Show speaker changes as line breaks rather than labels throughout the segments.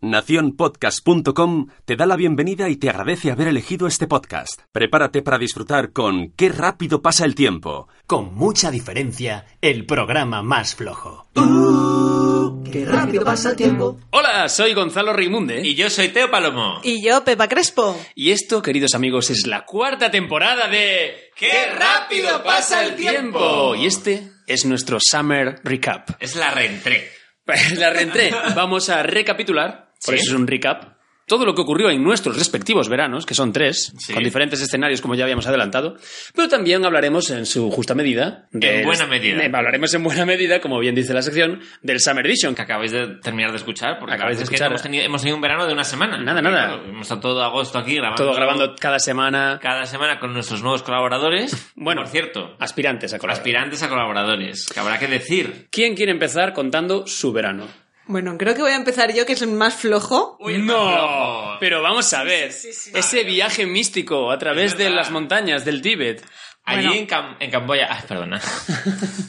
Nacionpodcast.com te da la bienvenida y te agradece haber elegido este podcast. Prepárate para disfrutar con Qué rápido pasa el tiempo.
Con mucha diferencia, el programa más flojo.
¡Uh! ¡Qué rápido pasa el tiempo!
Hola, soy Gonzalo Raimunde.
Y yo soy Teo Palomo.
Y yo, Pepa Crespo.
Y esto, queridos amigos, es la cuarta temporada de...
¡Qué rápido pasa el tiempo!
Y este es nuestro Summer Recap.
Es la reentré.
la reentré. Vamos a recapitular. Por eso es un recap. Todo lo que ocurrió en nuestros respectivos veranos, que son tres,
Sí.
con diferentes escenarios como ya habíamos adelantado, pero también hablaremos en su justa medida. del-
buena medida.
Eh, hablaremos en buena medida, como bien dice la sección, del Summer Edition.
Que acabáis de terminar de escuchar, porque
Acabáis de
la verdad es que
escuchar.
hemos, tenido, hemos tenido un verano de una semana.
Nada, nada.
Claro, hemos estado todo agosto aquí grabando.
Todo grabando cada semana.
cada semana con nuestros nuevos colaboradores.
Bueno. Ah,
por cierto,
Aspirantes a colaborar.
aspirantes a colaboradores, que habrá que decir.
¿Quién quiere empezar contando su verano?
Bueno, creo que voy a empezar yo, que es el más flojo.
no, pero vamos a ver.
Sí, sí, sí.
Ese viaje místico a través de
verdad.
las montañas del Tíbet.
Allí
Bueno.
en, Cam- en Camboya. Ay, perdona.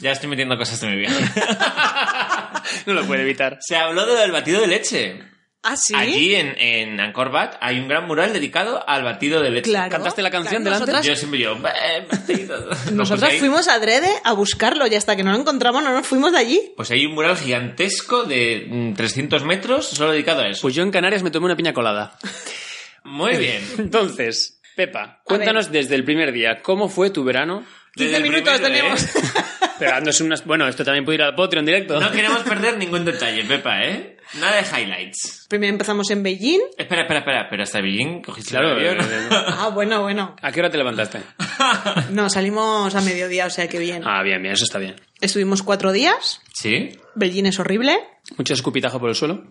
ya estoy metiendo cosas en mi vida.
No lo puede evitar.
Se habló de lo del batido de leche.
¿Ah, sí?
Allí en, en Angkor Wat hay un gran mural dedicado al batido de leche.
Claro.
¿Cantaste la canción
Claro,
delante?
nosotras-
Yo siempre yo. "Eh, batido". Lo puse
Nosotras
ahí.
fuimos a Drede a buscarlo y hasta que no lo encontramos no nos fuimos de allí.
Pues hay un mural gigantesco de mm, 300 metros solo dedicado a eso.
Pues yo en Canarias me tomé una piña colada.
Muy bien.
Entonces, Pepa, cuéntanos desde el primer día, ¿cómo fue tu verano?
15
Desde el
minutos
primero,
tenemos.
¿eh?
Pero haznos unas... Bueno, esto también puede ir al Patreon directo.
No queremos perder ningún detalle, Pepa, ¿eh? Nada de highlights.
Primero empezamos en Beijing.
Espera, espera, espera. Pero hasta Beijing cogiste
Claro,
el avión.
eh, eh,
Ah, bueno, bueno.
¿A qué hora te levantaste?
No, salimos a mediodía, o sea que bien.
Ah, bien, bien, eso está bien.
Estuvimos cuatro días.
¿Sí?
Beijing es horrible.
Mucho escupitajo por el suelo.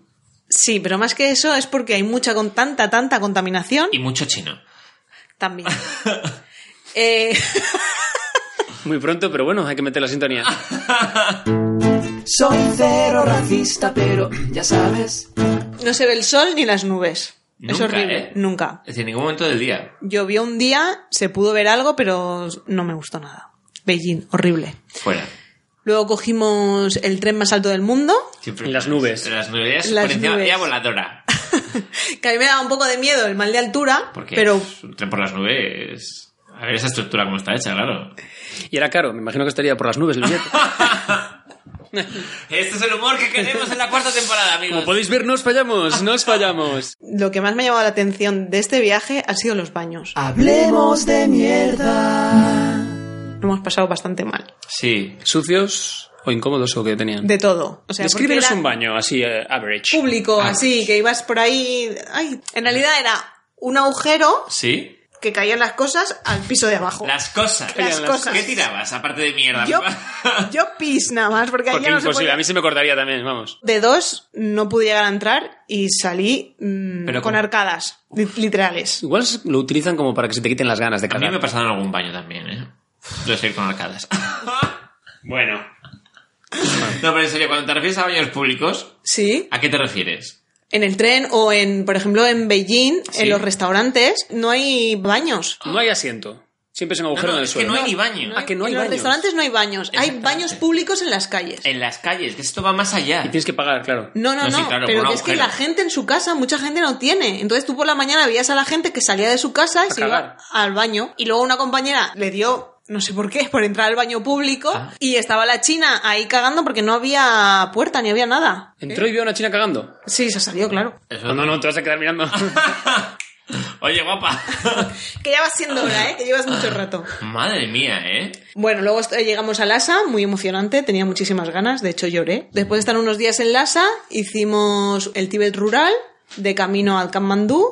Sí, pero más que eso es porque hay mucha con tanta, tanta contaminación.
Y mucho chino.
También. Eh,
Muy pronto, pero bueno, hay que meter la sintonía.
Soy cero racista, pero ya sabes.
no se ve el sol ni las nubes. es
Nunca,
horrible.
¿eh?
Nunca.
Es decir, en ningún momento del día.
Llovió un día, se pudo ver algo, pero no me gustó nada. Beijing, horrible.
Fuera.
Luego cogimos el tren más alto del mundo,
Siempre
En las nubes.
En las nubes.
Las
por encima de
nubes.
la voladora.
que a mí me daba un poco de miedo el mal de altura,
Porque
pero
es un tren por las nubes. A ver esa estructura cómo está hecha, claro.
Y era caro, me imagino que estaría por las nubes el billete.
Este es el humor que queremos en la cuarta temporada, amigos.
Como podéis ver, no os fallamos, no os fallamos.
lo que más me ha llamado la atención de este viaje han sido los baños.
Hablemos de mierda.
Lo hemos pasado bastante mal.
Sí.
¿Sucios o incómodos o qué tenían?
De todo. O sea, porque
Descríbenos
era
un baño Ah, pues. así, eh, average.
Público, así, que ibas por ahí. Ay, en realidad era un agujero
¿Sí?
que caían las cosas al piso de abajo.
Las cosas.
Las cosas.
¿Qué tirabas, aparte de mierda?
Yo, yo pis nada más, porque, ahí
Porque
ya no se
imposible,
podía-
a mí se me cortaría también, vamos.
De dos, no pude llegar a entrar y salí mm,
Pero
con
con-
arcadas, li- literales.
Igual lo utilizan como para que se te quiten las ganas de
A mí
cagar.
me ha pasado en algún baño también, ¿eh? Lo estoy con arcadas.
Bueno.
No, pero en serio, cuando te refieres a baños públicos,
Sí.
¿a qué te refieres?
En el tren o en, por ejemplo, en Beijing,
Sí.
en los restaurantes, no hay baños.
No hay asiento. Siempre es un
No,
agujero
no,
en el
es que
suelo.
no hay ni baño.
Ah, que no hay
en los
baños.
restaurantes no hay baños. Hay
Exactamente.
baños públicos en las calles.
En las calles, que esto va más allá.
Y tienes que pagar, claro.
No, no,
No,
no.
sí, claro,
pero
por un
que es que
agujero.
la gente en su casa, mucha gente no tiene. Entonces tú por la mañana veías a la gente que salía de su casa y
A
se
cagar.
iba al baño. Y luego una compañera le dio. No sé por qué, por entrar al baño público
Ah.
y estaba la china ahí cagando porque no había puerta ni había nada.
Entró y vio a una china cagando.
Sí, se salió, claro.
eh. Eso-
No, no, no, te vas a quedar mirando.
Oye, guapa.
Que ya va siendo hora, ¿eh? Que llevas mucho rato.
Madre mía, ¿eh?
Bueno, luego est- llegamos a Lhasa, muy emocionante, tenía muchísimas ganas, de hecho lloré. Después de estar unos días en Lhasa, hicimos el Tíbet rural de camino al Kathmandú.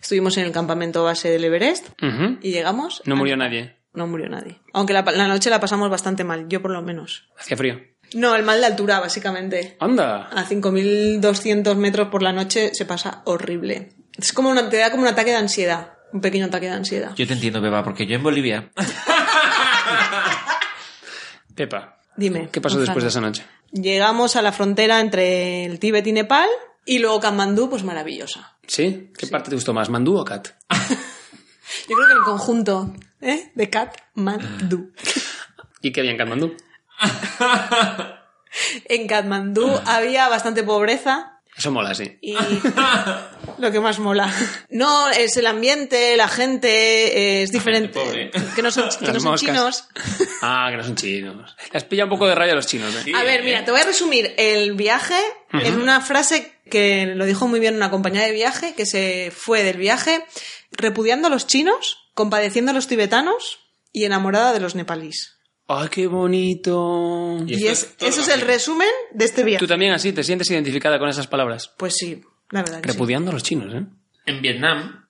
Estuvimos en el campamento base del Everest
Ujú.
y llegamos.
No
a-
murió nadie.
No murió nadie. Aunque la, pa- la noche la pasamos bastante mal, yo por lo menos.
Hacía frío.
No, el mal de altura, básicamente.
Anda.
A 5.200 metros por la noche se pasa horrible. Es como una, te da como un ataque de ansiedad. Un pequeño ataque de ansiedad.
Yo te entiendo, Beba, porque yo en Bolivia.
Pepa,
Dime.
¿qué pasó
Gonzalo.
después de esa noche?
Llegamos a la frontera entre el Tíbet y Nepal y luego Kamandú, pues maravillosa.
¿Sí? ¿Qué parte te gustó más, Mandú o Cat?
Yo creo que el conjunto ¿eh? de Katmandú.
¿Y qué había en Katmandú?
En Katmandú había bastante pobreza
Eso mola, sí.
y lo que más mola. No, es el ambiente, la gente, eh, es diferente.
pobre.
Que no son, que no
Las
son
moscas.
chinos.
Ah, que no son chinos. Las pilla un poco de raya a los chinos, ¿eh?
Sí,
A ver,
¿eh?
mira, te voy a resumir el viaje en una frase que lo dijo muy bien una compañera de viaje que se fue del viaje repudiando a los chinos, compadeciendo a los tibetanos y enamorada de los nepalíes.
¡Ay, qué bonito!
Y
Y
esto
es,
es todo
ese es
lo
el
que-
resumen de este
¿Tú
viaje.
también así te sientes identificada con esas palabras?
Pues sí, la verdad. que sí.
Repudiando a los chinos, ¿eh?
En Vietnam.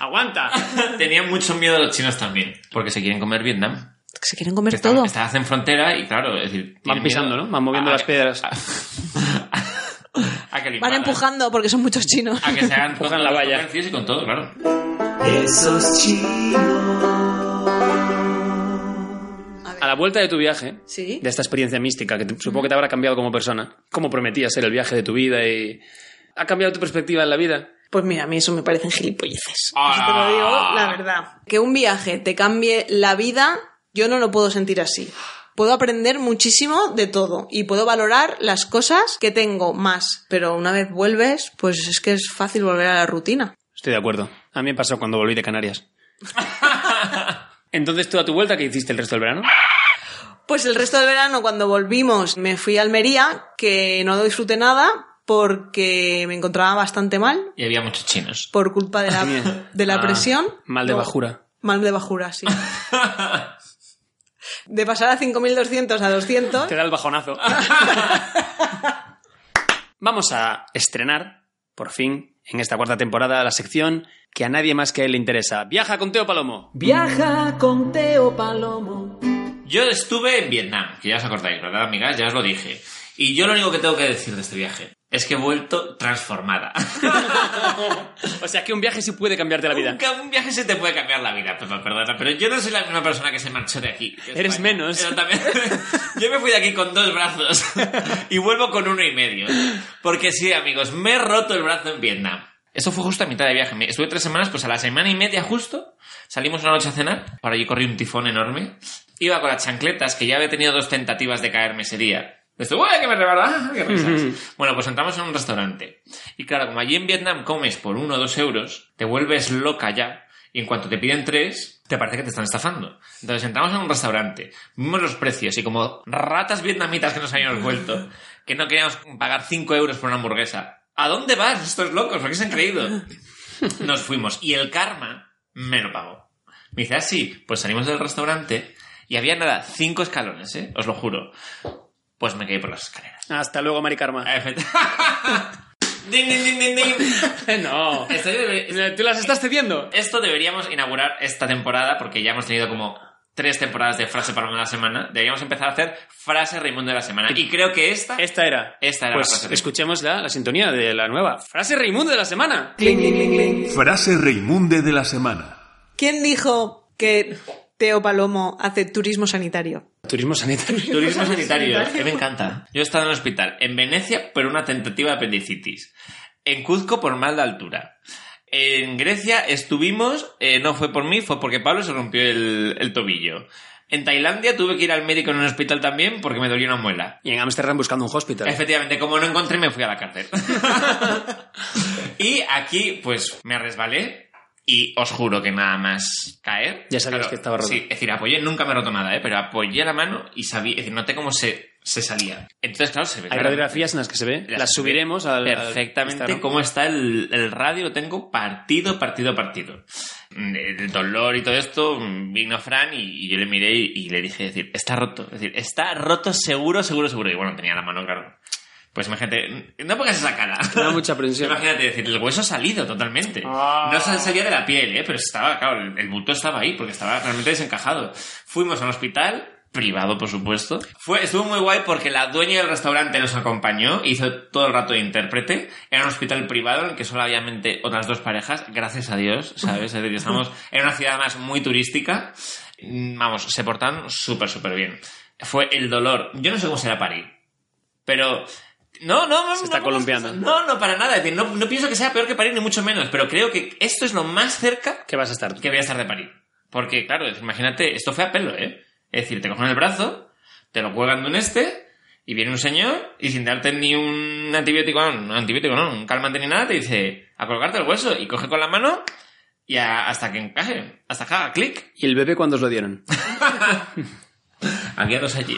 ¡Aguanta! Tenía mucho miedo a los chinos también, porque se quieren comer Vietnam.
Que Se quieren comer
Están-
todo.
Estás en frontera y claro, es decir,
Van
tienen
pisando,
miedo
¿no? Van moviendo
a-
las piedras.
a que lo
Van
invadan,
empujando porque son muchos chinos.
A que se hagan
Empujan
con
la
los
valla.
comercios y con todo, claro.
Esos chinos.
A la vuelta de tu viaje,
Sí.
de esta experiencia mística que te- supongo que te habrá cambiado como persona, como prometía ser el viaje de tu vida y... ¿Ha cambiado tu perspectiva en la vida?
Pues mira, a mí eso me parecen gilipolleces.
Ah.
Te lo digo, la verdad. Que un viaje te cambie la vida, yo no lo puedo sentir así. Puedo aprender muchísimo de todo y puedo valorar las cosas que tengo más. Pero una vez vuelves, pues es que es fácil volver a la rutina.
Estoy de acuerdo. A mí me pasó cuando volví de Canarias. Entonces, tú a tu vuelta, ¿qué hiciste el resto del verano?
Pues el resto del verano, cuando volvimos, me fui a Almería, que no disfruté nada porque me encontraba bastante mal
Y había muchos chinos.
por culpa de la, de la
Ah,
presión.
Mal de
No.
bajura.
Mal de bajura, sí. De pasar a 5.200 a 200.
Te da el bajonazo. Vamos a estrenar, por fin, en esta cuarta temporada, la sección que a nadie más que a él le interesa. Viaja con Teo Palomo.
Viaja con Teo Palomo.
Yo estuve en Vietnam, que ya os acordáis, ¿verdad, amigas? Ya os lo dije. Y yo lo único que tengo que decir de este viaje es que he vuelto transformada.
O sea, que un viaje sí puede cambiarte la vida.
Un, ca- un viaje se te puede cambiar la vida, Pepa, perdona, pero yo no soy la misma persona que se marchó de aquí. de
Eres
España.
menos.
Pero también- yo me fui de aquí con dos brazos y vuelvo con uno y medio. ¿eh? Porque sí, amigos, me he roto el brazo en Vietnam. Eso fue justo a mitad de viaje. Me- Estuve tres semanas, pues a la semana y media justo salimos una noche a cenar. Para allí corrí un tifón enorme. Iba con las chancletas, que ya había tenido dos tentativas de caerme ese día. Desde, ¡Uy, que me rebala! ¡Qué risas! Bueno, pues entramos en un restaurante. Y claro, como allí en Vietnam comes por uno o dos euros, te vuelves loca ya. Y en cuanto te piden tres, te parece que te están estafando. Entonces entramos en un restaurante, vimos los precios y como ratas vietnamitas que nos habíamos vuelto, que no queríamos pagar cinco euros por una hamburguesa. ¿A dónde vas estos locos? ¿Por qué se han creído? Nos fuimos y el karma me lo pagó. Me dice, ah, sí, pues salimos del restaurante y había nada, cinco escalones, ¿eh? Os lo juro. Pues me caí por las escaleras.
Hasta luego, Mari Karma.
Efect- Ding, ding, ding, ding, ding.
no.
Estoy de-
¿Tú las estás cediendo?
esto deberíamos inaugurar esta temporada porque ya hemos tenido como tres temporadas de frase para una semana. Deberíamos empezar a hacer frase Raimundo de la semana. Y creo que esta...
Esta era.
Esta era la
Pues
frase.
escuchemos la, la sintonía de la nueva frase Raimundo de la semana.
Frase Reimunde de la semana.
¿Quién dijo que Teo Palomo hace turismo sanitario?
Turismo sanitario.
Turismo sanitario. Que me encanta. Yo he estado en el hospital. En Venecia por una tentativa de apendicitis. En Cuzco por mal de altura. En Grecia estuvimos, eh, no fue por mí, fue porque Pablo se rompió el, el tobillo. En Tailandia tuve que ir al médico en un hospital también porque me dolió una muela.
Y en Ámsterdam buscando un hospital.
Efectivamente, como no encontré, me fui a la cárcel. y aquí, pues, me resbalé y os juro que nada más caer.
Ya sabías que estaba roto.
Sí, es decir, apoyé, nunca me he roto nada, ¿eh? pero apoyé la mano y sabía, es decir, noté cómo se, se salía. Entonces, claro, se ve.
Hay
claro,
radiografías en las que se ve. Las
se ve
subiremos al. al
Perfectamente,
Instagram.
cómo está el, el radio, lo tengo partido, partido, partido. Mm, El dolor y todo esto, mm, vino Fran y, y yo le miré y, y le dije, es decir, está roto. Es decir, está roto seguro, seguro, seguro. Y bueno, tenía la mano, claro. Pues imagínate, no pongas esa cara.
Me da mucha aprensión.
Imagínate, es decir, el hueso ha salido totalmente.
Ah.
No sal- salía de la piel, ¿eh? pero estaba, claro, el, el bulto estaba ahí porque estaba realmente desencajado. Fuimos al hospital, privado, por supuesto. Fue, estuvo muy guay porque la dueña del restaurante nos acompañó, hizo todo el rato de intérprete. Era un hospital privado en el que solo había mente otras dos parejas, gracias a Dios, ¿sabes? Es decir, estamos en una ciudad más muy turística. Mm, Vamos, se portaron súper, súper bien. Fue el dolor. Yo no sé cómo será París, pero... No, no, no.
Se está
no,
columpiando.
No, no, para nada. Es decir, No, no pienso que sea peor que París, ni mucho menos, pero creo que esto es lo más cerca
¿Qué vas a estar?
que voy a estar de París. Porque, claro, es- imagínate, esto fue a pelo, ¿eh? Es decir, te cogen el brazo, te lo cuelgan de un este, y viene un señor, y sin darte ni un antibiótico, no, un antibiótico, no, un calmante ni nada, te dice, a colgarte el hueso, y coge con la mano, y a- hasta que encaje, hasta que haga clic.
¿Y el bebé cuándo os lo dieron?
Había dos allí.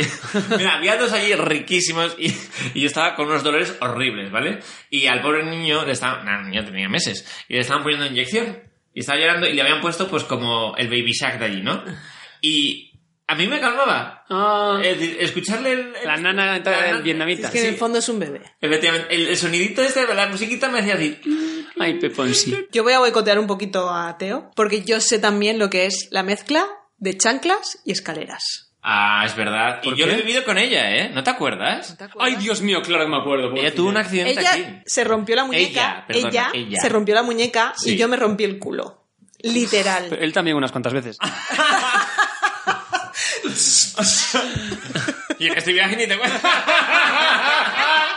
Mira, había dos allí riquísimos, y, y yo estaba con unos dolores horribles, ¿vale? Y al pobre niño le estaban, nah, el niño tenía meses, y le estaban poniendo inyección, y estaba llorando, y le habían puesto, pues, como el baby shark de allí, ¿no? Y a mí me calmaba.
Ah,
Es decir, escucharle el, el-
la nana
la nana-
vietnamita.
Es que en el fondo es un bebé.
Efectivamente, el, el sonidito este de la musiquita me hacía así.
Ay, Pepón, sí.
Yo voy a boicotear un poquito a Teo, porque yo sé también lo que es la mezcla de chanclas y escaleras.
Ah, es verdad. Y
¿Por
yo lo he
qué?
vivido con ella, ¿eh? ¿No te acuerdas?
Ay, Dios mío, claro que me acuerdo.
Ella tuvo un accidente
Ella
aquí.
se rompió la muñeca,
Ella, perdona, ella.
se rompió la muñeca
Sí.
y yo me rompí el culo. Literal.
Pero él también unas cuantas veces.
Y en este viaje ni te acuerdas.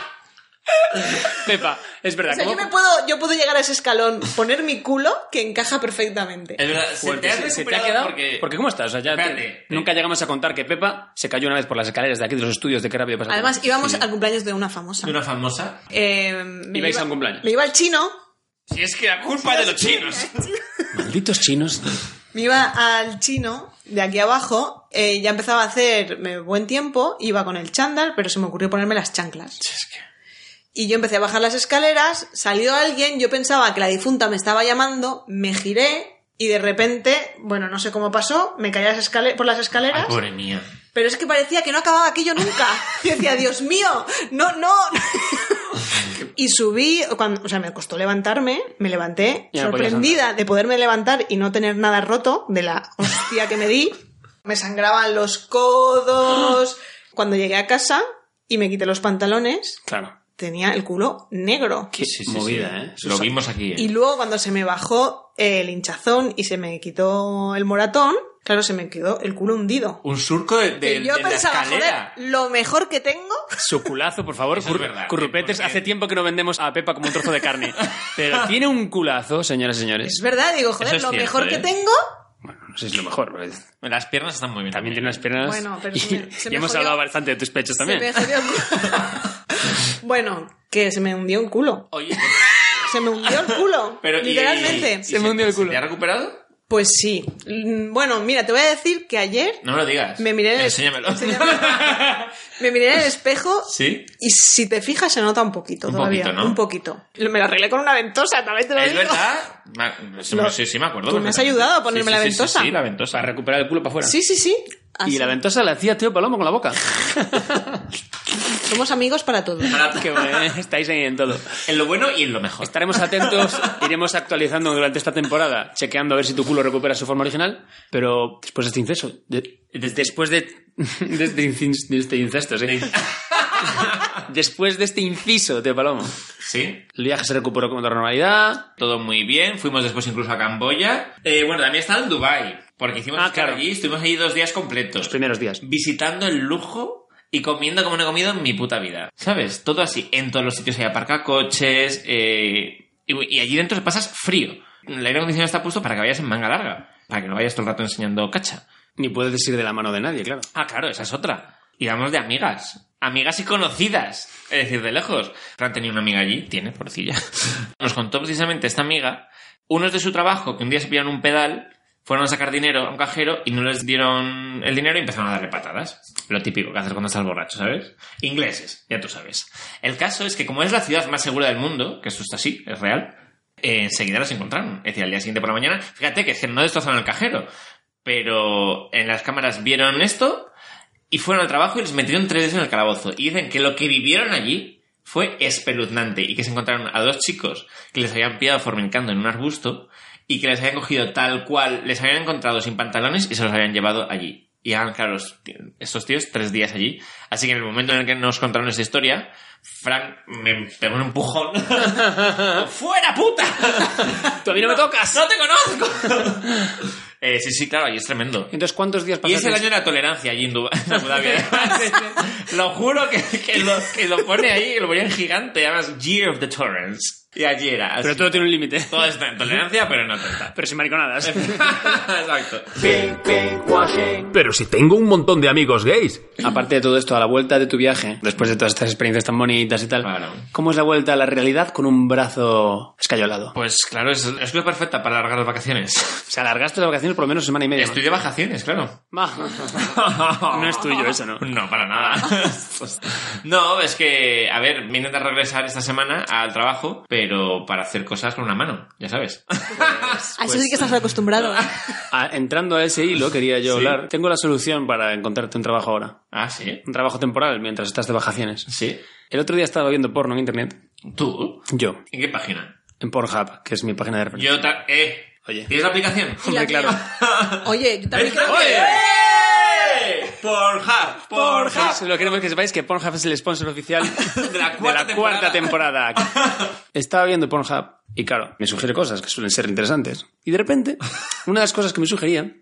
Pepa, es verdad.
O sea, yo
¿cómo-
me puedo, yo puedo llegar a ese escalón, poner mi culo que encaja perfectamente.
Es verdad, se te
Fuerte,
has
se- se
recuperado
te ha quedado
porque...
cómo estás? O sea, ya te-
Espérate.
nunca llegamos a contar que Pepa se cayó una vez por las escaleras de aquí de los estudios de qué rápido pasa. el
Además,
tiempo.
íbamos al cumpleaños de una famosa.
de una famosa.
Eh, me
Ibais a un cumpleaños.
Me iba al chino,
Si es que la culpa de los chinos.
Malditos chinos.
me iba al chino de aquí abajo, eh, ya empezaba a hacer eh, buen tiempo, iba con el chándal, pero se me ocurrió ponerme las chanclas. Y yo empecé a bajar las escaleras, salió alguien, yo pensaba que la difunta me estaba llamando, me giré y de repente, bueno, no sé cómo pasó, me caí a las escale- por las escaleras.
Ay, pobre mía.
Pero es que parecía que no acababa aquello nunca. Y decía, Dios mío, no, no. Y subí, cuando, o sea, me costó levantarme, me levanté,
Ya no podías
sorprendida de poderme levantar y no tener nada roto de la hostia que me di. Me sangraban los codos. Cuando llegué a casa y me quité los pantalones,
Claro.
tenía el culo negro.
Qué movida, ¿eh?
Lo vimos aquí, ¿eh?
Y luego cuando se me bajó el hinchazón y se me quitó el moratón, claro, se me quedó el culo hundido.
Un surco de, de-
Que yo
de la
pensaba,
escalera.
joder, lo mejor que tengo.
Su culazo, por favor.
Eso es
cur-
verdad,
currupetes.
porque-
Hace tiempo que no vendemos a Pepa como un trozo de carne. Pero tiene un culazo, señoras y
Es
señores.
verdad, digo,
Eso
joder,
es
lo
cierto,
mejor
¿eh?
que tengo.
Bueno, no sé si es lo mejor. pero
Las piernas están muy bien.
También tiene unas piernas.
Bueno, pero
y,
se me- se
y
me
hemos
jodió-
hablado bastante de tus pechos también.
se me jodió el culo. bueno, que se me hundió un culo.
Oye,
Se me hundió el culo.
pero... y-
literalmente.
y-
Se me hundió el culo.
¿Te has recuperado?
Pues sí. Mm, Bueno, mira, te voy a decir que ayer
No me lo digas.
Me miré en el-
Enséñamelo.
enséñamelo. me miré en el espejo.
¿Sí?
Y si te fijas, se nota un poquito
Un
todavía.
poquito, ¿no?
Un poquito. Lo- Me lo arreglé con una ventosa, también te lo
Es
digo.
verdad. Ma- Sí,
Lo-
sí, sí, me acuerdo.
Tú me has
perfectamente.
ayudado a ponerme
Sí, sí,
la
sí,
ventosa.
Sí, sí, la ventosa.
Para recuperar el culo para afuera.
Sí, sí, sí. Así.
Y la ventosa la hacía Tío Palomo con la boca.
Somos amigos para todo.
Pues,
Qué bueno, ¿eh? estáis ahí en todo.
En lo bueno y en lo mejor.
Estaremos atentos, iremos actualizando durante esta temporada, chequeando a ver si tu culo recupera su forma original, pero después de este incesto, de- de- después de, de este incin- de este incesto, sí. después de este inciso de Palomo,
Sí.
el viaje se recuperó con toda normalidad.
Todo muy bien. Fuimos después incluso a Camboya. Eh, bueno, también estaba en Dubai Porque hicimos
Ah,
escala
claro.
allí. Estuvimos allí dos días
Los
completos.
primeros días.
Visitando el lujo y comiendo como no he comido en mi puta vida. ¿Sabes? Todo así. En todos los sitios hay aparcacoches. eh, y, y allí dentro te pasas frío. El aire acondicionado está puesto para que vayas en manga larga. Para que no vayas todo el rato enseñando cacha.
Ni puedes ir de la mano de nadie, claro.
Ah, claro, esa es otra. Íbamos de amigas. Amigas y conocidas. Es decir, de lejos. Fran tenía una amiga allí, tiene, porcilla. Nos contó precisamente esta amiga. Unos de su trabajo, que un día se pillaron un pedal, fueron a sacar dinero a un cajero y no les dieron el dinero y empezaron a darle patadas. Lo típico que haces cuando estás borracho, ¿sabes? Ingleses, ya tú sabes. El caso es que como es la ciudad más segura del mundo, que esto está así, es real, eh, enseguida los encontraron. Es decir, al día siguiente por la mañana, fíjate que es que no destrozaron el cajero, pero en las cámaras vieron esto y fueron al trabajo y les metieron tres veces en el calabozo. Y dicen que lo que vivieron allí fue espeluznante y que se encontraron a dos chicos que les habían pillado fornicando en un arbusto y que les habían cogido tal cual, les habían encontrado sin pantalones y se los habían llevado allí. Y eran, claro, los tí- estos tíos tres días allí. Así que en el momento en el que nos contaron esta historia, Frank me pegó un empujón. ¡Fuera, puta!
Tú a mí no me tocas.
¡No te conozco! Eh, sí, sí, claro, allí es tremendo.
Entonces, ¿cuántos días
Y
pasaste?
es el año de la tolerancia allí en Dubái. lo juro que, que lo, que lo pone ahí, que lo ponía en gigante, además Year of the Torrents. Y allí era. así.
Pero todo tiene un límite.
Todo está en tolerancia, pero no tanta.
Pero sin mariconadas.
Exacto.
Pero si tengo un montón de amigos gays.
Aparte de todo esto, a la vuelta de tu viaje, después de todas estas experiencias tan bonitas y tal,
Claro.
¿cómo es la vuelta a la realidad con un brazo escayolado?
Pues claro, es la excusa perfecta para alargar las vacaciones.
O sea, alargaste las vacaciones por lo menos semana y media. ¿no?
Estoy de vacaciones, claro.
Ma. No es tuyo eso, ¿no?
No, para nada. Pues, No, es que, a ver, me intenta regresar esta semana al trabajo, pero para hacer cosas con una mano, ya sabes.
A eso sí que estás acostumbrado.
pues,
Ah, Entrando a ese hilo, quería yo
Sí.
hablar. Tengo la solución para encontrarte un trabajo ahora.
Ah, sí.
Un trabajo temporal mientras estás de vacaciones.
Sí.
El otro día estaba viendo porno en internet.
¿Tú?
Yo.
¿En qué página?
En Pornhub, que es mi página de referencia.
Yo ta- eh.
Oye.
¿Tienes la aplicación?
Y la
Hombre, claro.
mía. Oye, yo también creo
eh, ¡Oye!
que...
¡Eh!
¡Eh!
Por hub, por hub.
Lo que queremos que sepáis que Pornhub es el sponsor oficial
De la
de
cuarta
la cuarta temporada. Estaba viendo Pornhub y claro, me sugiere cosas que suelen ser interesantes. Y de repente, una de las cosas que me sugería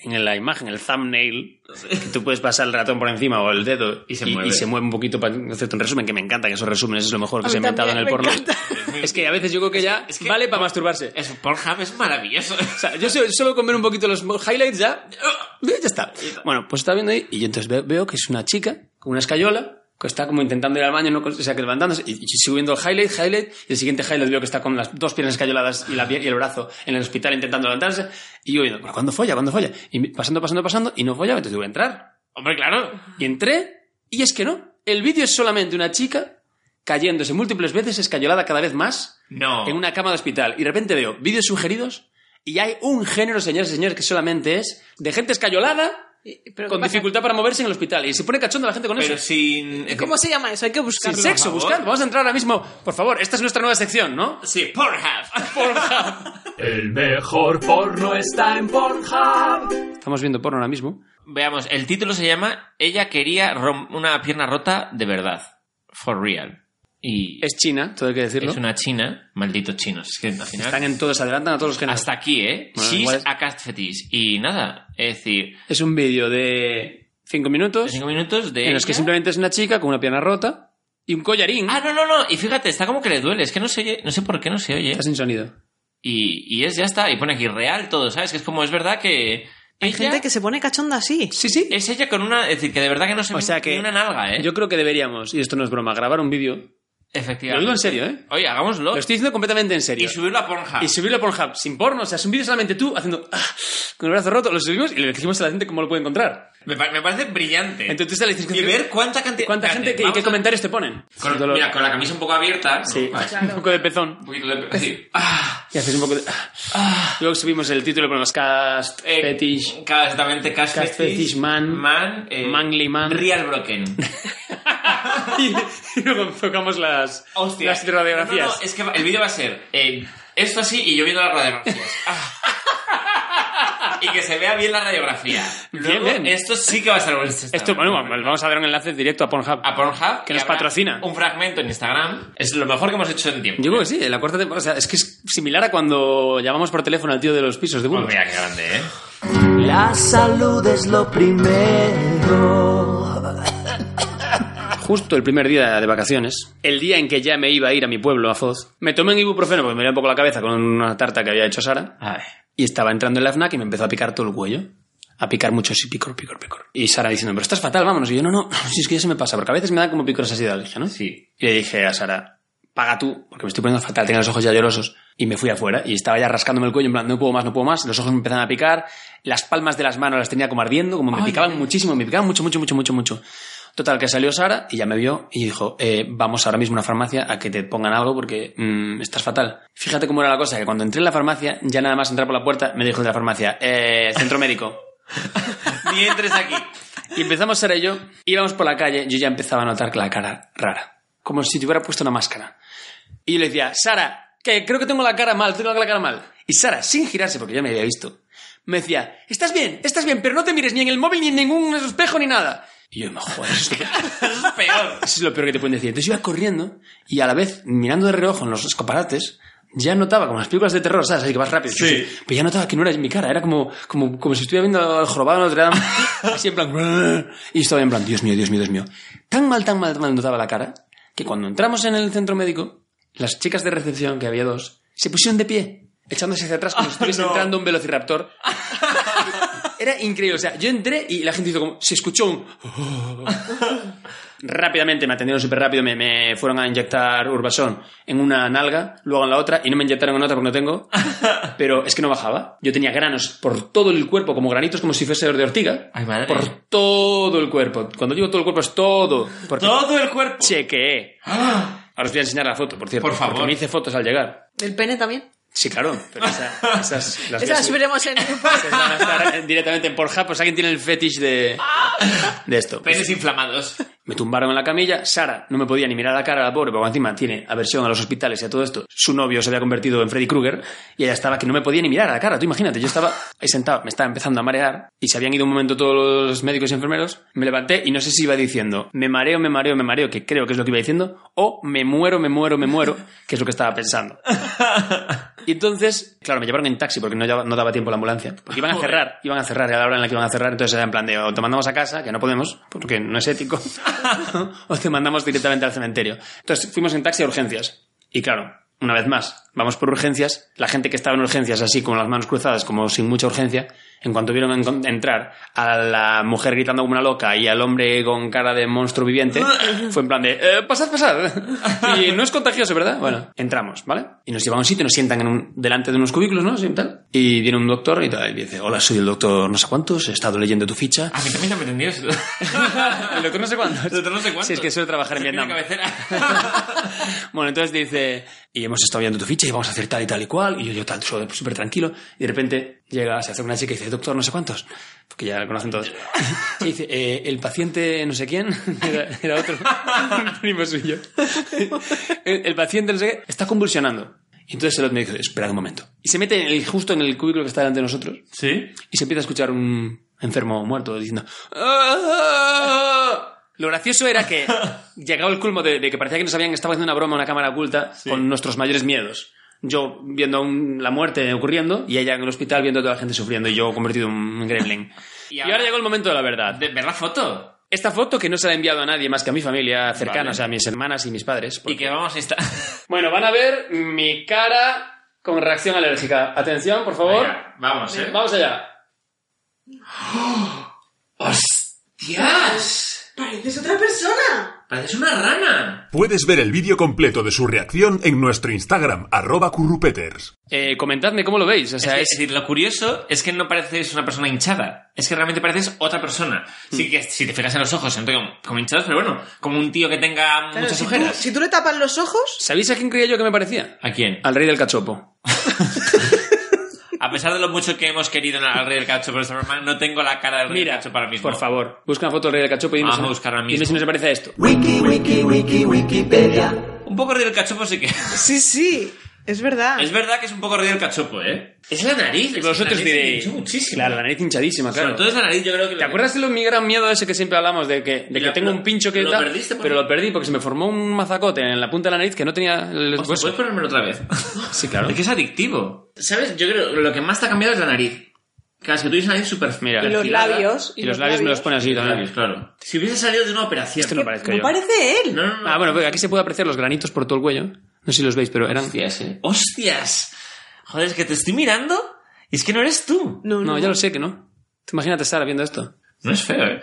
en la imagen, el thumbnail, que tú puedes pasar el ratón por encima o el dedo
Y se mueve.
un poquito para hacerte un resumen, que me encanta que esos resúmenes es lo mejor que
A
se ha
mí
inventado en
también
el
me
porno.
encanta.
Es que a veces yo creo que ya
Es que-
vale para masturbarse.
Es, Pornhub es maravilloso.
O sea, yo solo- solo con ver un poquito los highlights ya. Ya está. Bueno, pues estaba viendo ahí y yo entonces veo, veo que es una chica con una escayola que está como intentando ir al baño, no, cons- o sea, que levantándose y, y sigo viendo el highlight, highlight, y el siguiente highlight veo que está con las dos piernas escayoladas y, la, pie- y el brazo en el hospital intentando levantarse y yo viendo, pero ¿cuándo folla? ¿Cuándo folla? Y mi- pasando, pasando, pasando y no follaba, entonces digo, voy a entrar.
Hombre, claro.
Y entré y es que no. El vídeo es solamente una chica cayéndose múltiples veces, escayolada cada vez más,
No.
en una cama de hospital. Y de repente veo vídeos sugeridos y hay un género, señores y señores, que solamente es de gente escayolada
Y- ¿Pero qué
con
pasa?
dificultad para moverse en el hospital. Y se pone cachonda la gente con
Pero
eso.
sin.
¿Cómo se llama eso? Hay que
Sin
buscarlo.
sexo,
por favor.
buscando. Vamos a entrar ahora mismo. Por favor, esta es nuestra nueva sección, ¿no?
Sí, Pornhub.
El mejor porno está en Pornhub.
Estamos viendo porno ahora mismo.
Veamos, el título se llama Ella quería rom- una pierna rota de verdad. For real. Y
Es China, todo hay que decirlo.
es una china. Malditos chinos. Es que al final.
Están en todos, adelantan a todos los géneros.
Hasta aquí, ¿eh?
Bueno,
She's
igual es-
a cast fetish. Y nada, es decir,
Es un vídeo de cinco minutos
cinco minutos de.
en los que
ella-
simplemente es una chica con una pierna rota y un collarín.
Ah, no, no, no. Y fíjate, está como que le duele. Es que no se oye. No sé por qué no se oye.
Está sin sonido.
Y, y es, ya está. Y pone aquí real todo, ¿sabes? Que es como, es verdad que.
Hay
ella-
gente que se pone cachonda así.
Sí, sí.
Es ella con una. Es decir, que de verdad que no se
O
ve
sea que-
ni una nalga, ¿eh?
Yo creo que deberíamos, y esto no es broma, grabar un vídeo. Lo
Efectivamente.
digo en serio, ¿eh?
Oye, hagámoslo.
Lo estoy diciendo completamente en serio.
Y subirlo a Pornhub.
Y subirlo a Pornhub sin porno. O sea, es un vídeo solamente tú haciendo... ah, con el brazo roto. Lo subimos y le decimos a la gente cómo lo puede encontrar.
Me, pa- me parece brillante.
Entonces tú le dices...
y ver cuánta cantidad.
cuánta
Espérate,
gente que- y
vamos
qué
a-
comentarios te ponen.
Con,
Dolor.
mira, con la camisa un poco abierta.
Sí,
Vale.
un poco de pezón.
Un poquito de. así. Ah,
Y haces un poco de... ah. Luego subimos el título y ponemos cast,
eh,
fetish,
ca- Exactamente, Cash,
Cast Fetish Man.
Man. eh,
mangly man.
Real Broken.
y, y luego enfocamos las,
Hostia.
las
No,
radiografías.
no, es que va- el vídeo va a ser eh, esto así y yo viendo las radiografías. Ah. y que se vea bien la radiografía. Luego,
Bien, bien.
esto sí que va a ser un
Esto, bueno, vamos a dar un enlace directo a Pornhub.
a Pornhub.
Que
y
nos
habrá
patrocina.
Un fragmento en Instagram. Es lo mejor que hemos hecho en tiempo.
Yo creo que sí, en la cuarta temporada. O sea, es que es similar a cuando llamamos por teléfono al tío de los pisos de
Oh,
Burgos.
mira qué grande, ¿eh?
La salud es lo primero.
Justo el primer día de vacaciones, el día en que ya me iba a ir a mi pueblo, a Foz, me tomé un ibuprofeno porque me dolía un poco la cabeza con una tarta que había hecho Sara
A ver.
y estaba entrando en la FNAC y me empezó a picar todo el cuello. A picar mucho, sí, picor, picor, picor. Y Sara diciendo, pero estás fatal, vámonos. Y yo, no, no, si es que ya se me pasa, porque a veces me dan como picores así de alergia, ¿no?
Sí.
Y le dije a Sara, paga tú, porque me estoy poniendo fatal, tenía los ojos ya llorosos. Y me fui afuera y estaba ya rascándome el cuello, en plan, no puedo más, no puedo más. Los ojos me empezaban a picar, las palmas de las manos las tenía como ardiendo, como me picaban muchísimo, me picaban mucho, mucho, mucho, mucho, mucho. Total, que salió Sara y ya me vio y dijo, eh, vamos ahora mismo a una farmacia a que te pongan algo porque mm, estás fatal. Fíjate cómo era la cosa, que cuando entré en la farmacia, ya nada más entrar por la puerta, me dijo el de la farmacia, eh, centro médico.
Ni entres aquí.
Y empezamos Sara y yo, íbamos por la calle, yo ya empezaba a notar la cara rara, como si te hubiera puesto una máscara. Y yo le decía, Sara, que creo que tengo la cara mal, tengo la cara mal. Y Sara, sin girarse, porque ya me había visto, me decía, estás bien, estás bien, pero no te mires ni en el móvil, ni en ningún espejo, ni nada. Y yo, me joder, esto
Eso es peor.
eso es lo peor que te pueden decir. Entonces yo iba corriendo y a la vez, mirando de reojo en los escaparates, ya notaba, como en las películas de terror, ¿sabes? Así que vas rápido.
Sí.
Pero ya notaba que no era mi cara, era como, como, como si estuviera viendo al jorobado de Notre Dame, así en plan... Y estaba en plan, Dios mío, Dios mío, Dios mío. Tan mal, tan mal, tan mal notaba la cara, que cuando entramos en el centro médico, las chicas de recepción, que había dos, se pusieron de pie, echándose hacia atrás como si estuviese entrando un velociraptor. Era increíble, o sea, yo entré y la gente hizo como, se escuchó un... Rápidamente, me atendieron súper rápido, me, me fueron a inyectar Urbasón en una nalga, luego en la otra, y no me inyectaron en otra porque no tengo, pero es que no bajaba. Yo tenía granos por todo el cuerpo, como granitos, como si fuese de ortiga.
Ay, madre.
Por todo el cuerpo. Cuando digo todo el cuerpo es todo. Porque
Todo el cuerpo.
chequeé. Ahora os voy a enseñar la foto, por cierto.
Por favor.
porque me hice fotos al llegar.
¿Del pene también?
Sí, claro, pero esa- esas las voy a
Esas
subir.
veremos en...
Esas van Pues a estar en- directamente en Pornhub, pues alguien tiene el fetish de, de esto.
Penes inflamados.
Me tumbaron en la camilla. Sara no me podía ni mirar a la cara, la pobre, porque encima tiene aversión a los hospitales y a todo esto. Su novio se había convertido en Freddy Krueger y ella estaba que no me podía ni mirar a la cara. Tú imagínate, yo estaba ahí sentado, me estaba empezando a marear y se habían ido un momento todos los médicos y enfermeros. Me levanté y no sé si iba diciendo me mareo, me mareo, me mareo, que creo que es lo que iba diciendo, o me muero, me muero, me muero, que es lo que estaba pensando. Y entonces, claro, me llevaron en taxi porque no, lleva- no daba tiempo la ambulancia. Porque iban a cerrar, iban a cerrar, y a la hora en la que iban a cerrar, entonces era en plan de o te mandamos a casa, que no podemos, porque no es ético, o te mandamos directamente al cementerio. Entonces fuimos en taxi a urgencias. Y claro, una vez más, vamos por urgencias. La gente que estaba en urgencias, así con las manos cruzadas, como sin mucha urgencia, en cuanto vieron en- entrar a la mujer gritando como una loca y al hombre con cara de monstruo viviente, fue en plan de, "Eh, pasad, pasad. Y no es contagioso, ¿verdad? Bueno, entramos, ¿vale? Y nos llevan a un sitio, nos sientan en un- delante de unos cubículos, ¿no? Así, tal. Y viene un doctor y tal, y dice, hola, soy el doctor no sé cuántos, he estado leyendo tu ficha.
A mí también me entendió eso.
el doctor no sé cuántos.
El doctor no sé cuántos.
Sí, es que suelo trabajar en
Es mi
Vietnam.
cabecera.
Bueno, entonces dice, y hemos estado viendo tu ficha y vamos a hacer tal y tal y cual, y yo, yo tal, súper súper tranquilo, y de repente llega, se hace una chica y dice, doctor, no sé cuántos, porque ya la conocen todos. Y dice, "Eh, el paciente no sé quién, era, era otro, un primo suyo, el, el paciente no sé qué, está convulsionando. Y entonces el otro me dice, esperad un momento. Y se mete en el- justo en el cubículo que está delante de nosotros,
¿Sí?
y se empieza a escuchar un enfermo muerto diciendo "¡Ah!". lo gracioso era que llegaba el culmo de, de que parecía que nos habían estado haciendo una broma en una cámara oculta con nuestros mayores miedos yo viendo un- la muerte ocurriendo y ella en el hospital viendo a toda la gente sufriendo y yo convertido en un gremlin y ahora llegó el momento de la verdad
De ver la foto.
esta foto que no se la ha enviado a nadie más que a mi familia cercana
Vale.
o sea a mis hermanas y mis padres
Y
porque-
que vamos a estar...
bueno van a ver mi cara con reacción alérgica atención por favor
Venga, vamos, ¿eh?
vamos allá
¡Dios!
¡Pareces otra persona!
Pareces una rana.
Puedes ver el vídeo completo de su reacción en nuestro Instagram, arroba currupeters.
Eh, comentadme cómo lo veis. O
O sea,
sea,
es, decir, lo curioso es que no pareces una persona hinchada. Es que realmente pareces otra persona. Sí que si te fijas en los ojos, se notan como, como hinchados, pero bueno, como un tío que tenga
Claro,
muchas
si, tú,
ojeras.
si tú le tapas los ojos...
¿Sabéis a quién creía yo que me parecía?
¿A quién?
Al rey del cachopo.
A pesar de lo mucho que hemos querido al Rey del Cacho por esta broma, no tengo la cara del Rey del
Mira,
Cacho para mí mismo.
por favor, busca una foto del rey del cachopo y dime,
Vamos
si,
a
no-
buscarla
dime
mismo.
si no se parece a esto.
Wiki, wiki, wiki, Wikipedia.
Un poco Rey del Cachopo sí que... es
Sí, sí, es verdad.
verdad que es un poco Rey del Cachopo, ¿eh? Ah. Es la nariz.
Y
es que la
vosotros
nariz
diréis...
me hinchó muchísimo.
Claro, la nariz hinchadísima, claro.
Sobre todo es la nariz, yo creo que...
¿Te acuerdas de lo, mi gran miedo ese que siempre hablamos? De que, de que
Lo-
tengo
lo-
un pincho que...
lo
da-
perdiste pues. por
pero
ahí.
lo perdí porque se me formó un mazacote en la punta de la nariz que no tenía el
Hostia,
hueso.
¿Puedes ponérmelo otra vez?
Sí, claro.
Es que es adictivo. ¿Sabes? Yo creo que lo que más te ha cambiado es la nariz. Claro, es que tú tienes la nariz súper...
Mira.
Y los
perfilada.
labios.
Y los labios me los pone así
Los
también.
labios, claro. Si hubiese salido de una operación...
Esto no parezco
No
yo.
parece él.
No, no, no.
Ah, bueno, aquí se puede apreciar los granitos por todo el cuello. No sé si los veis, pero eran...
Hostias, eh. Hostias. Joder, es que te estoy mirando y es que no eres tú.
No,
No, ya lo sé que no. Tú imagínate Sara viendo esto.
No es feo, ¿eh?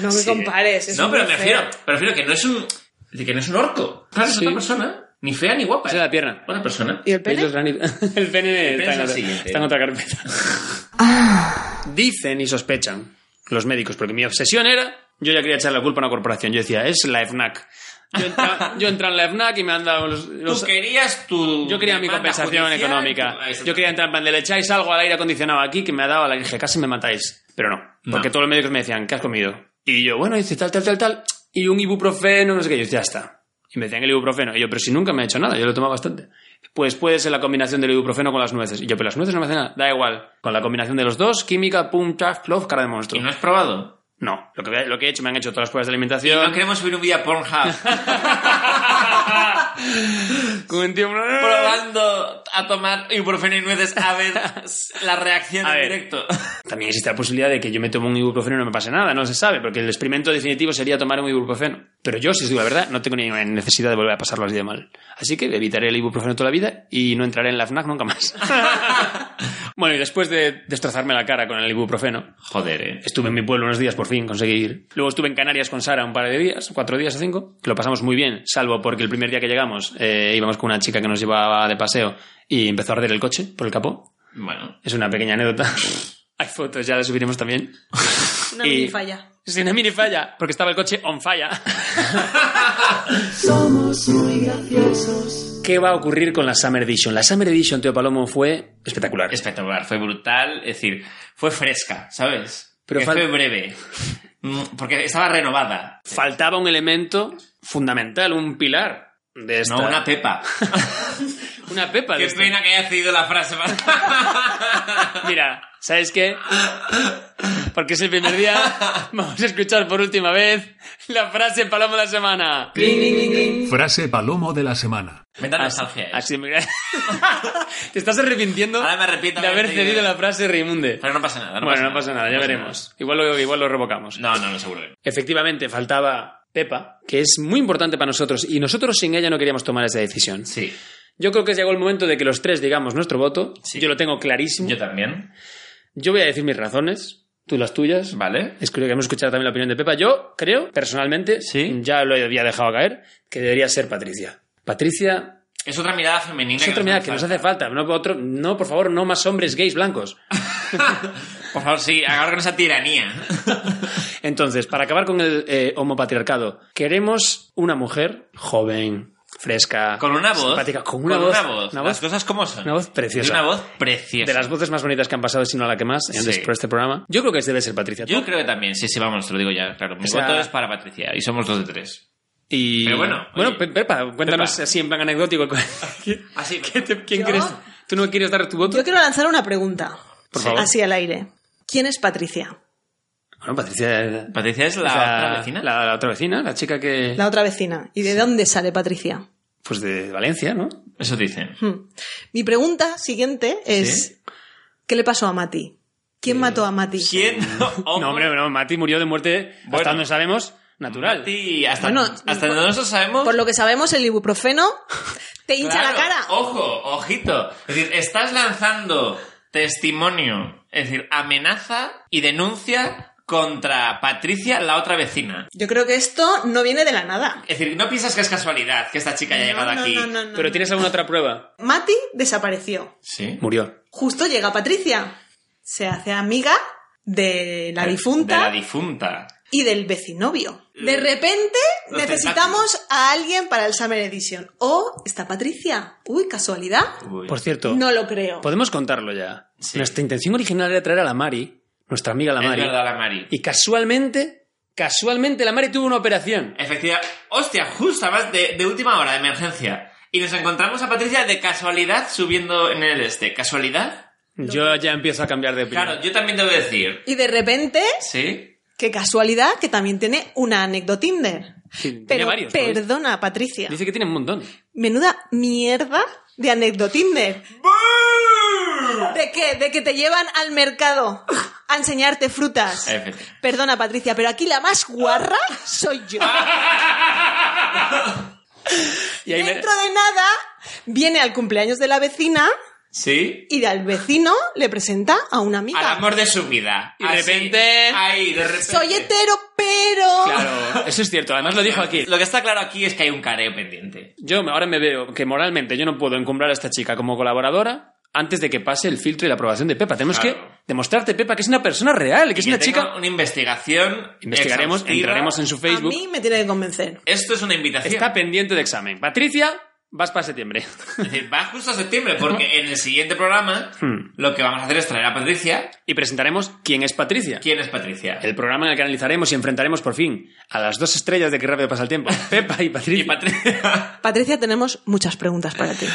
No me compares. es
no,
muy
pero me
feo.
refiero, me refiero que no es un... de que no es un orco. Claro, es
Sí.
otra persona. Ni fea ni guapa.
Esa es la pierna.
Buena persona.
¿Y el
¿Veis
pene?
los granitos? El pene,
pene
está,
es
en
el
otra,
siguiente.
está en otra carpeta.
Ah.
Dicen y sospechan los médicos, porque mi obsesión era. Yo ya quería echar la culpa a una corporación. Yo decía, es la FNAC. Yo entra, yo entré en la FNAC y me han dado los. los-
Tú querías tu...
yo quería mi
demanda
compensación
judicial,
económica.
tu- eso.
Yo quería entrar en plan de le echáis algo al aire acondicionado aquí que me ha dado a la dije, casi me matáis. Pero no, porque
No.
todos los médicos me decían, ¿qué has comido? Y yo, bueno, dice tal, tal, tal, tal. Y un ibuprofeno, no sé qué. Yo, ya está. Y me decían el ibuprofeno. Y yo, pero si nunca me ha hecho nada, yo lo tomo bastante. Pues puede ser la combinación del ibuprofeno con las nueces. Y yo, pero las nueces no me hacen nada. Da igual. Con la combinación de los dos, química, pum, chaf, plof, cara de
¿Y
monstruo.
no has probado?
No, lo que, lo que he hecho, me han hecho todas las pruebas de
No
alimentación.
queremos subir un vídeo a Pornhub.
Con un tío-
Probando a tomar ibuprofeno y nueces a ver la reacción
A
en
ver.
directo.
También existe la posibilidad de que yo me tome un ibuprofeno y no me pase nada, no se sabe, porque el experimento definitivo sería tomar un ibuprofeno. Pero yo, si os digo la verdad, no tengo ninguna necesidad de volver a pasarlo así de mal. Así que evitaré el ibuprofeno toda la vida y no entraré en la FNAC nunca más. bueno, y después de destrozarme la cara con el ibuprofeno,
Joder, eh.
Estuve en mi pueblo unos días, por fin conseguí ir. Luego estuve en Canarias con Sara un par de días, cuatro días o cinco, que lo pasamos muy bien, salvo porque el primer día que llegamos eh, íbamos con una chica que nos llevaba de paseo y empezó a arder el coche por el capó.
Bueno.
Es una pequeña anécdota. Hay fotos, ya las subiremos también.
Una
Y-
mini falla.
Es una mini falla, porque estaba el coche on falla.
Somos muy graciosos.
¿Qué va a ocurrir con la Summer Edition? La Summer Edition, Teo Palomo, fue espectacular.
Espectacular, fue brutal, es decir, fue fresca, ¿sabes?
Pero
Que
fal-
fue breve. Mm, Porque estaba renovada.
Faltaba un elemento fundamental, un pilar de esta...
No, una pepa.
una pepa. de
Qué
esta.
pena que haya cedido la frase.
Mira, ¿sabes qué? Porque es el primer día. Vamos a escuchar por última vez la frase Paloma de la semana.
Frase palomo de la semana.
me da nostalgia. eh.
Así me... Te estás arrepintiendo
Ahora me arrepiento
de haber
haber
cedido
cedido.
la frase Reimunde.
Pero no pasa nada. No
bueno,
pasa
no pasa nada, ya
pasa
veremos. Igual, lo, igual lo revocamos.
nada. No, no, no, seguro. que no.
Efectivamente, faltaba Pepa, que es muy importante para nosotros y nosotros sin ella no queríamos tomar esa decisión.
Sí,
Yo creo que llegó el momento de que los tres digamos nuestro voto.
Sí.
Yo lo tengo clarísimo.
yo también.
Yo voy a decir mis razones, tú las tuyas.
Vale.
Es curioso que hemos escuchado también la opinión de Pepa. Yo creo, personalmente,
Sí.
ya lo había dejado caer, que debería ser Patricia. Patricia
Es otra mirada femenina.
es otra mirada que nos hace falta. No, otro, no, por favor, no más hombres gays blancos.
Por favor, sí, acabar con esa tiranía.
Entonces, para acabar con el eh, homopatriarcado, queremos una mujer joven, fresca,
Con una voz.
simpática, con una voz, una
Las
voz
cosas como son.
una voz preciosa.
Una voz preciosa.
de las voces más bonitas que han pasado, sino la que más, en
Sí.
después de este programa. Yo creo que debe ser Patricia.
Yo creo que también, sí, sí, vamos, te lo digo ya, claro. Mi
O sea-
voto es para Patricia y somos dos de tres.
Y...
Pero bueno,
bueno,
oye.
Pe- Pepa, cuéntanos
Pepa.
así en plan anecdótico.
Así,
¿Qué te- ¿Quién
¿Yo?
quieres? ¿Tú no quieres dar tu voto?
Yo quiero lanzar una pregunta.
Por favor.
Así al aire. ¿Quién es Patricia?
Bueno, Patricia es
Patricia es la, otra vecina.
La, la otra vecina, la chica que...
La otra vecina. ¿Y de dónde sale Patricia?
Pues de Valencia, ¿no?
Eso dicen.
Hmm. Mi pregunta siguiente es:
¿Sí? Eh,
¿qué le pasó a Mati? ¿Quién mató a Mati?
¿Quién?
No, hombre, no, Mati murió de muerte,
Oh, Bueno.
hasta donde sabemos, natural.
Mati, hasta,
Bueno,
hasta donde nosotros sabemos.
Por lo que sabemos, el ibuprofeno te hincha la
Claro,
cara.
Ojo, ojito. Es decir, estás lanzando testimonio, es decir, amenaza y denuncia contra Patricia, la otra vecina.
Yo creo que esto no viene de la nada.
Es decir, no piensas que es casualidad que esta chica haya llegado
No, no,
aquí.
no, no, no.
Pero ¿tienes alguna otra prueba?
Mati desapareció.
Sí.
Murió.
Justo llega Patricia. Se hace amiga de la difunta
De la difunta.
y del vecinovio. De repente
Los
necesitamos a alguien para el Summer Edition. O está Patricia. Uy, casualidad.
Uy.
Por cierto,
No lo creo.
podemos contarlo ya.
Sí.
Nuestra intención original era traer a la Mari, nuestra amiga la
Es
Mari.
verdad, la Mari.
Y casualmente, casualmente la Mari tuvo una operación.
Efectivamente. Hostia, justo, además de, de última hora, de emergencia. Y nos encontramos a Patricia de casualidad subiendo en el este. ¿Casualidad?
Yo ya empiezo a cambiar de opinión.
Claro, yo también debo decir.
Y de repente,
Sí.
qué casualidad que también tiene una anécdota Tinder.
Sí, tiene
Pero
varios, ¿no?
perdona, Patricia.
Dice que tiene un montón.
Menuda mierda de anécdota Tinder. ¿De qué? De que te llevan al mercado a enseñarte frutas.
Efectivamente.
Perdona, Patricia, pero aquí la más guarra soy yo.
Y ahí me-
Dentro de nada, viene al cumpleaños de la vecina
Sí.
y al vecino le presenta a una
Al
amiga.
amor de su vida.
Y de repente-
Ahí, de repente.
Soy este hetero, pero...
Claro, eso es cierto. Además lo dijo aquí.
Lo que está claro aquí es que hay un careo pendiente.
Yo ahora me veo que moralmente yo no puedo encumbrar a esta chica como colaboradora antes de que pase el filtro y la aprobación de Pepa. Tenemos
Claro.
que demostrarte, Pepa, que es una persona real, que es
Y
una
que tenga
chica...
Una investigación.
Investigaremos,
exhaustiva.
entraremos en su
A
Facebook.
mí me tiene que convencer.
Esto es una invitación.
Está pendiente de examen. Patricia, Vas para septiembre.
Es decir, va justo a septiembre, porque en el siguiente programa
Hmm.
lo que vamos a hacer es traer a Patricia.
Y presentaremos quién es Patricia.
¿Quién es Patricia?
El programa en el que analizaremos y enfrentaremos por fin a las dos estrellas de que rápido pasa el tiempo, Pepa y
Y
Patricia.
Patricia.
Patricia, tenemos muchas preguntas para ti.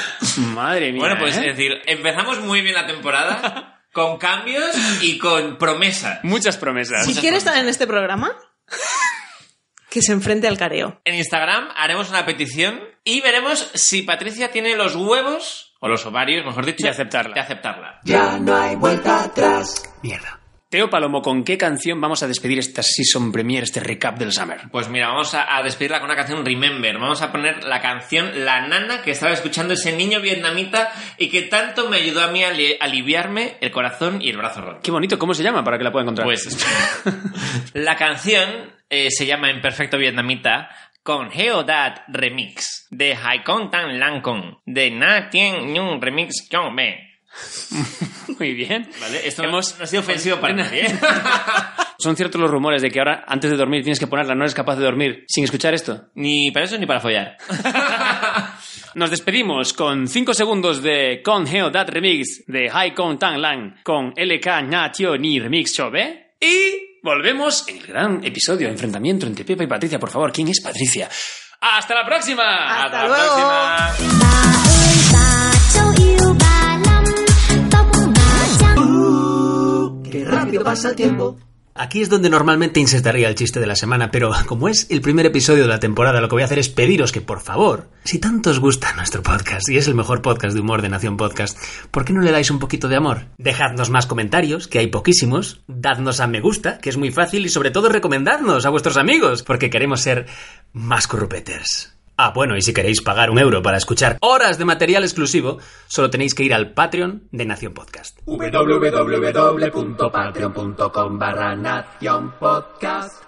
Madre mía.
bueno, pues
¿eh?
es decir, empezamos muy bien la temporada con cambios y con promesas.
muchas promesas.
Si
Muchas
quiere estar en este programa, que se enfrente al careo.
En Instagram haremos una petición y veremos si Patricia tiene los huevos, o los ovarios, mejor dicho,
De aceptarla.
De aceptarla.
ya no hay vuelta atrás.
Mierda.
Teo Palomo, ¿con qué canción vamos a despedir esta season premiere, este recap del summer?
Pues mira, vamos a, a despedirla con una canción Remember. Vamos a poner la canción La Nana que estaba escuchando ese niño vietnamita y que tanto me ayudó a mí a ali- aliviarme el corazón y el brazo roto.
Qué bonito, ¿cómo se llama para que la pueda encontrar?
Pues la canción eh, se llama En Perfecto Vietnamita con Heo Dat Remix de Haikon Tan Lancon de Na Tien Nhung Remix Chong Me.
muy bien.
¿Vale? Esto
Hemos-
no ha sido ofensivo para nadie. ¿eh?
Son ciertos los rumores de que ahora, antes de dormir, tienes que ponerla, no eres capaz de dormir sin escuchar esto.
ni para eso ni para follar.
Nos despedimos con 5 segundos de Con Heo Dat Remix de High Con Tang Lang con LK Na Tio Ni Remix Chobe y volvemos en el gran episodio enfrentamiento entre Pepa y Patricia. Por favor, ¿quién es Patricia? ¡Hasta la próxima!
Hasta luego.
Qué rápido pasa el tiempo.
Aquí es donde normalmente insertaría el chiste de la semana, pero como es el primer episodio de la temporada, lo que voy a hacer es pediros que, por favor, si tanto os gusta nuestro podcast, y es el mejor podcast de humor de Nación Podcast, ¿por qué no le dais un poquito de amor? Dejadnos más comentarios, que hay poquísimos, dadnos a me gusta, que es muy fácil, y sobre todo recomendadnos a vuestros amigos, porque queremos ser más corrupeters. Ah, bueno, y si queréis pagar un euro para escuchar horas de material exclusivo, solo tenéis que ir al Patreon de Nación Podcast.
www.patreon.com barra nación podcast.